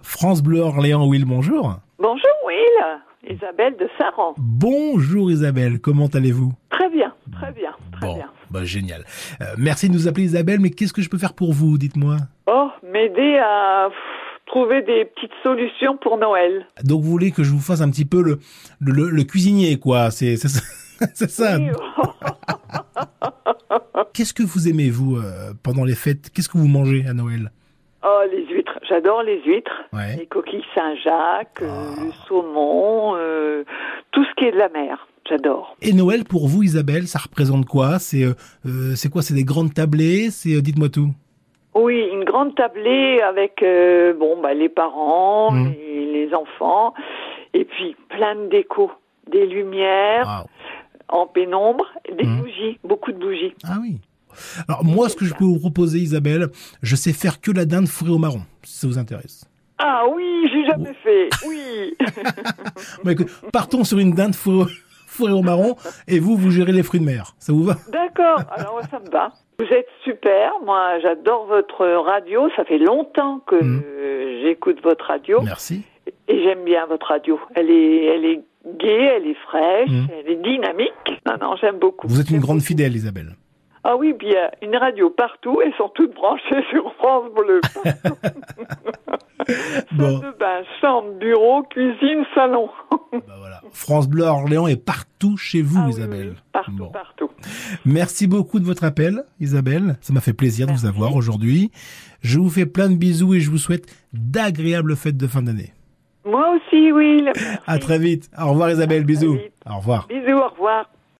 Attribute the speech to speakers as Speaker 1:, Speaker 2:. Speaker 1: France Bleu Orléans. Will, bonjour.
Speaker 2: Bonjour Will, Isabelle de Saran.
Speaker 1: Bonjour Isabelle, comment allez-vous
Speaker 2: Très bien, très bien, très
Speaker 1: Bon,
Speaker 2: bien.
Speaker 1: bah génial. Euh, merci de nous appeler Isabelle, mais qu'est-ce que je peux faire pour vous, dites-moi
Speaker 2: Oh, m'aider à pff, trouver des petites solutions pour Noël.
Speaker 1: Donc vous voulez que je vous fasse un petit peu le, le, le cuisinier, quoi, c'est c'est ça c'est ça.
Speaker 2: Oui, oh,
Speaker 1: Qu'est-ce que vous aimez, vous, euh, pendant les fêtes Qu'est-ce que vous mangez à Noël
Speaker 2: oh, les huîtres, j'adore les huîtres.
Speaker 1: Ouais.
Speaker 2: Les coquilles Saint-Jacques, euh,
Speaker 1: Ah.
Speaker 2: le saumon, euh, tout ce qui est de la mer, j'adore.
Speaker 1: Et Noël, pour vous, Isabelle, ça représente quoi C'est euh, euh, c'est quoi C'est des grandes tablées C'est euh, Dites-moi tout.
Speaker 2: Oui, une grande tablée avec euh, bon bah les parents,
Speaker 1: Mm.
Speaker 2: les, les enfants, et puis plein de déco, des lumières
Speaker 1: Waouh.
Speaker 2: en pénombre, des
Speaker 1: Ah. Mm.
Speaker 2: bougies, beaucoup de bougies.
Speaker 1: Ah oui. Alors moi, ce que je peux vous proposer, Isabelle, je sais faire que la dinde fourrée au marron, si ça vous intéresse.
Speaker 2: Ah oui, j'ai jamais fait. Oui.
Speaker 1: Bon, écoute, partons sur une dinde fourrée, au- fourrée au marron et vous, vous gérez les fruits de mer. Ça vous va
Speaker 2: D'accord. Alors ouais, ça me va. Vous êtes super. Moi, j'adore votre radio. Ça fait longtemps que
Speaker 1: Mm.
Speaker 2: euh, j'écoute votre radio
Speaker 1: Merci.
Speaker 2: et j'aime bien votre radio. Elle est, elle est gaie, elle est fraîche,
Speaker 1: Mm.
Speaker 2: elle est dynamique. Non, non, j'aime beaucoup.
Speaker 1: Vous êtes une
Speaker 2: J'aime
Speaker 1: grande
Speaker 2: beaucoup.
Speaker 1: fidèle, Isabelle.
Speaker 2: Ah oui, puis il y a une radio partout. Elles sont toutes branchées sur France Bleu.
Speaker 1: Ah Bon,
Speaker 2: Salle de bain, chambre, bureau, cuisine, salon.
Speaker 1: bah voilà. France Bleu à Orléans est partout chez vous,
Speaker 2: Ah oui,
Speaker 1: Isabelle.
Speaker 2: oui, partout,
Speaker 1: Bon.
Speaker 2: partout.
Speaker 1: Merci beaucoup de votre appel, Isabelle. Ça m'a fait plaisir de
Speaker 2: Merci.
Speaker 1: vous avoir aujourd'hui. Je vous fais plein de bisous et je vous souhaite d'agréables fêtes de fin d'année.
Speaker 2: Moi aussi, Will.
Speaker 1: À très vite. Au revoir, Isabelle.
Speaker 2: très
Speaker 1: Bisous.
Speaker 2: vite.
Speaker 1: Au revoir.
Speaker 2: Bisous, au revoir.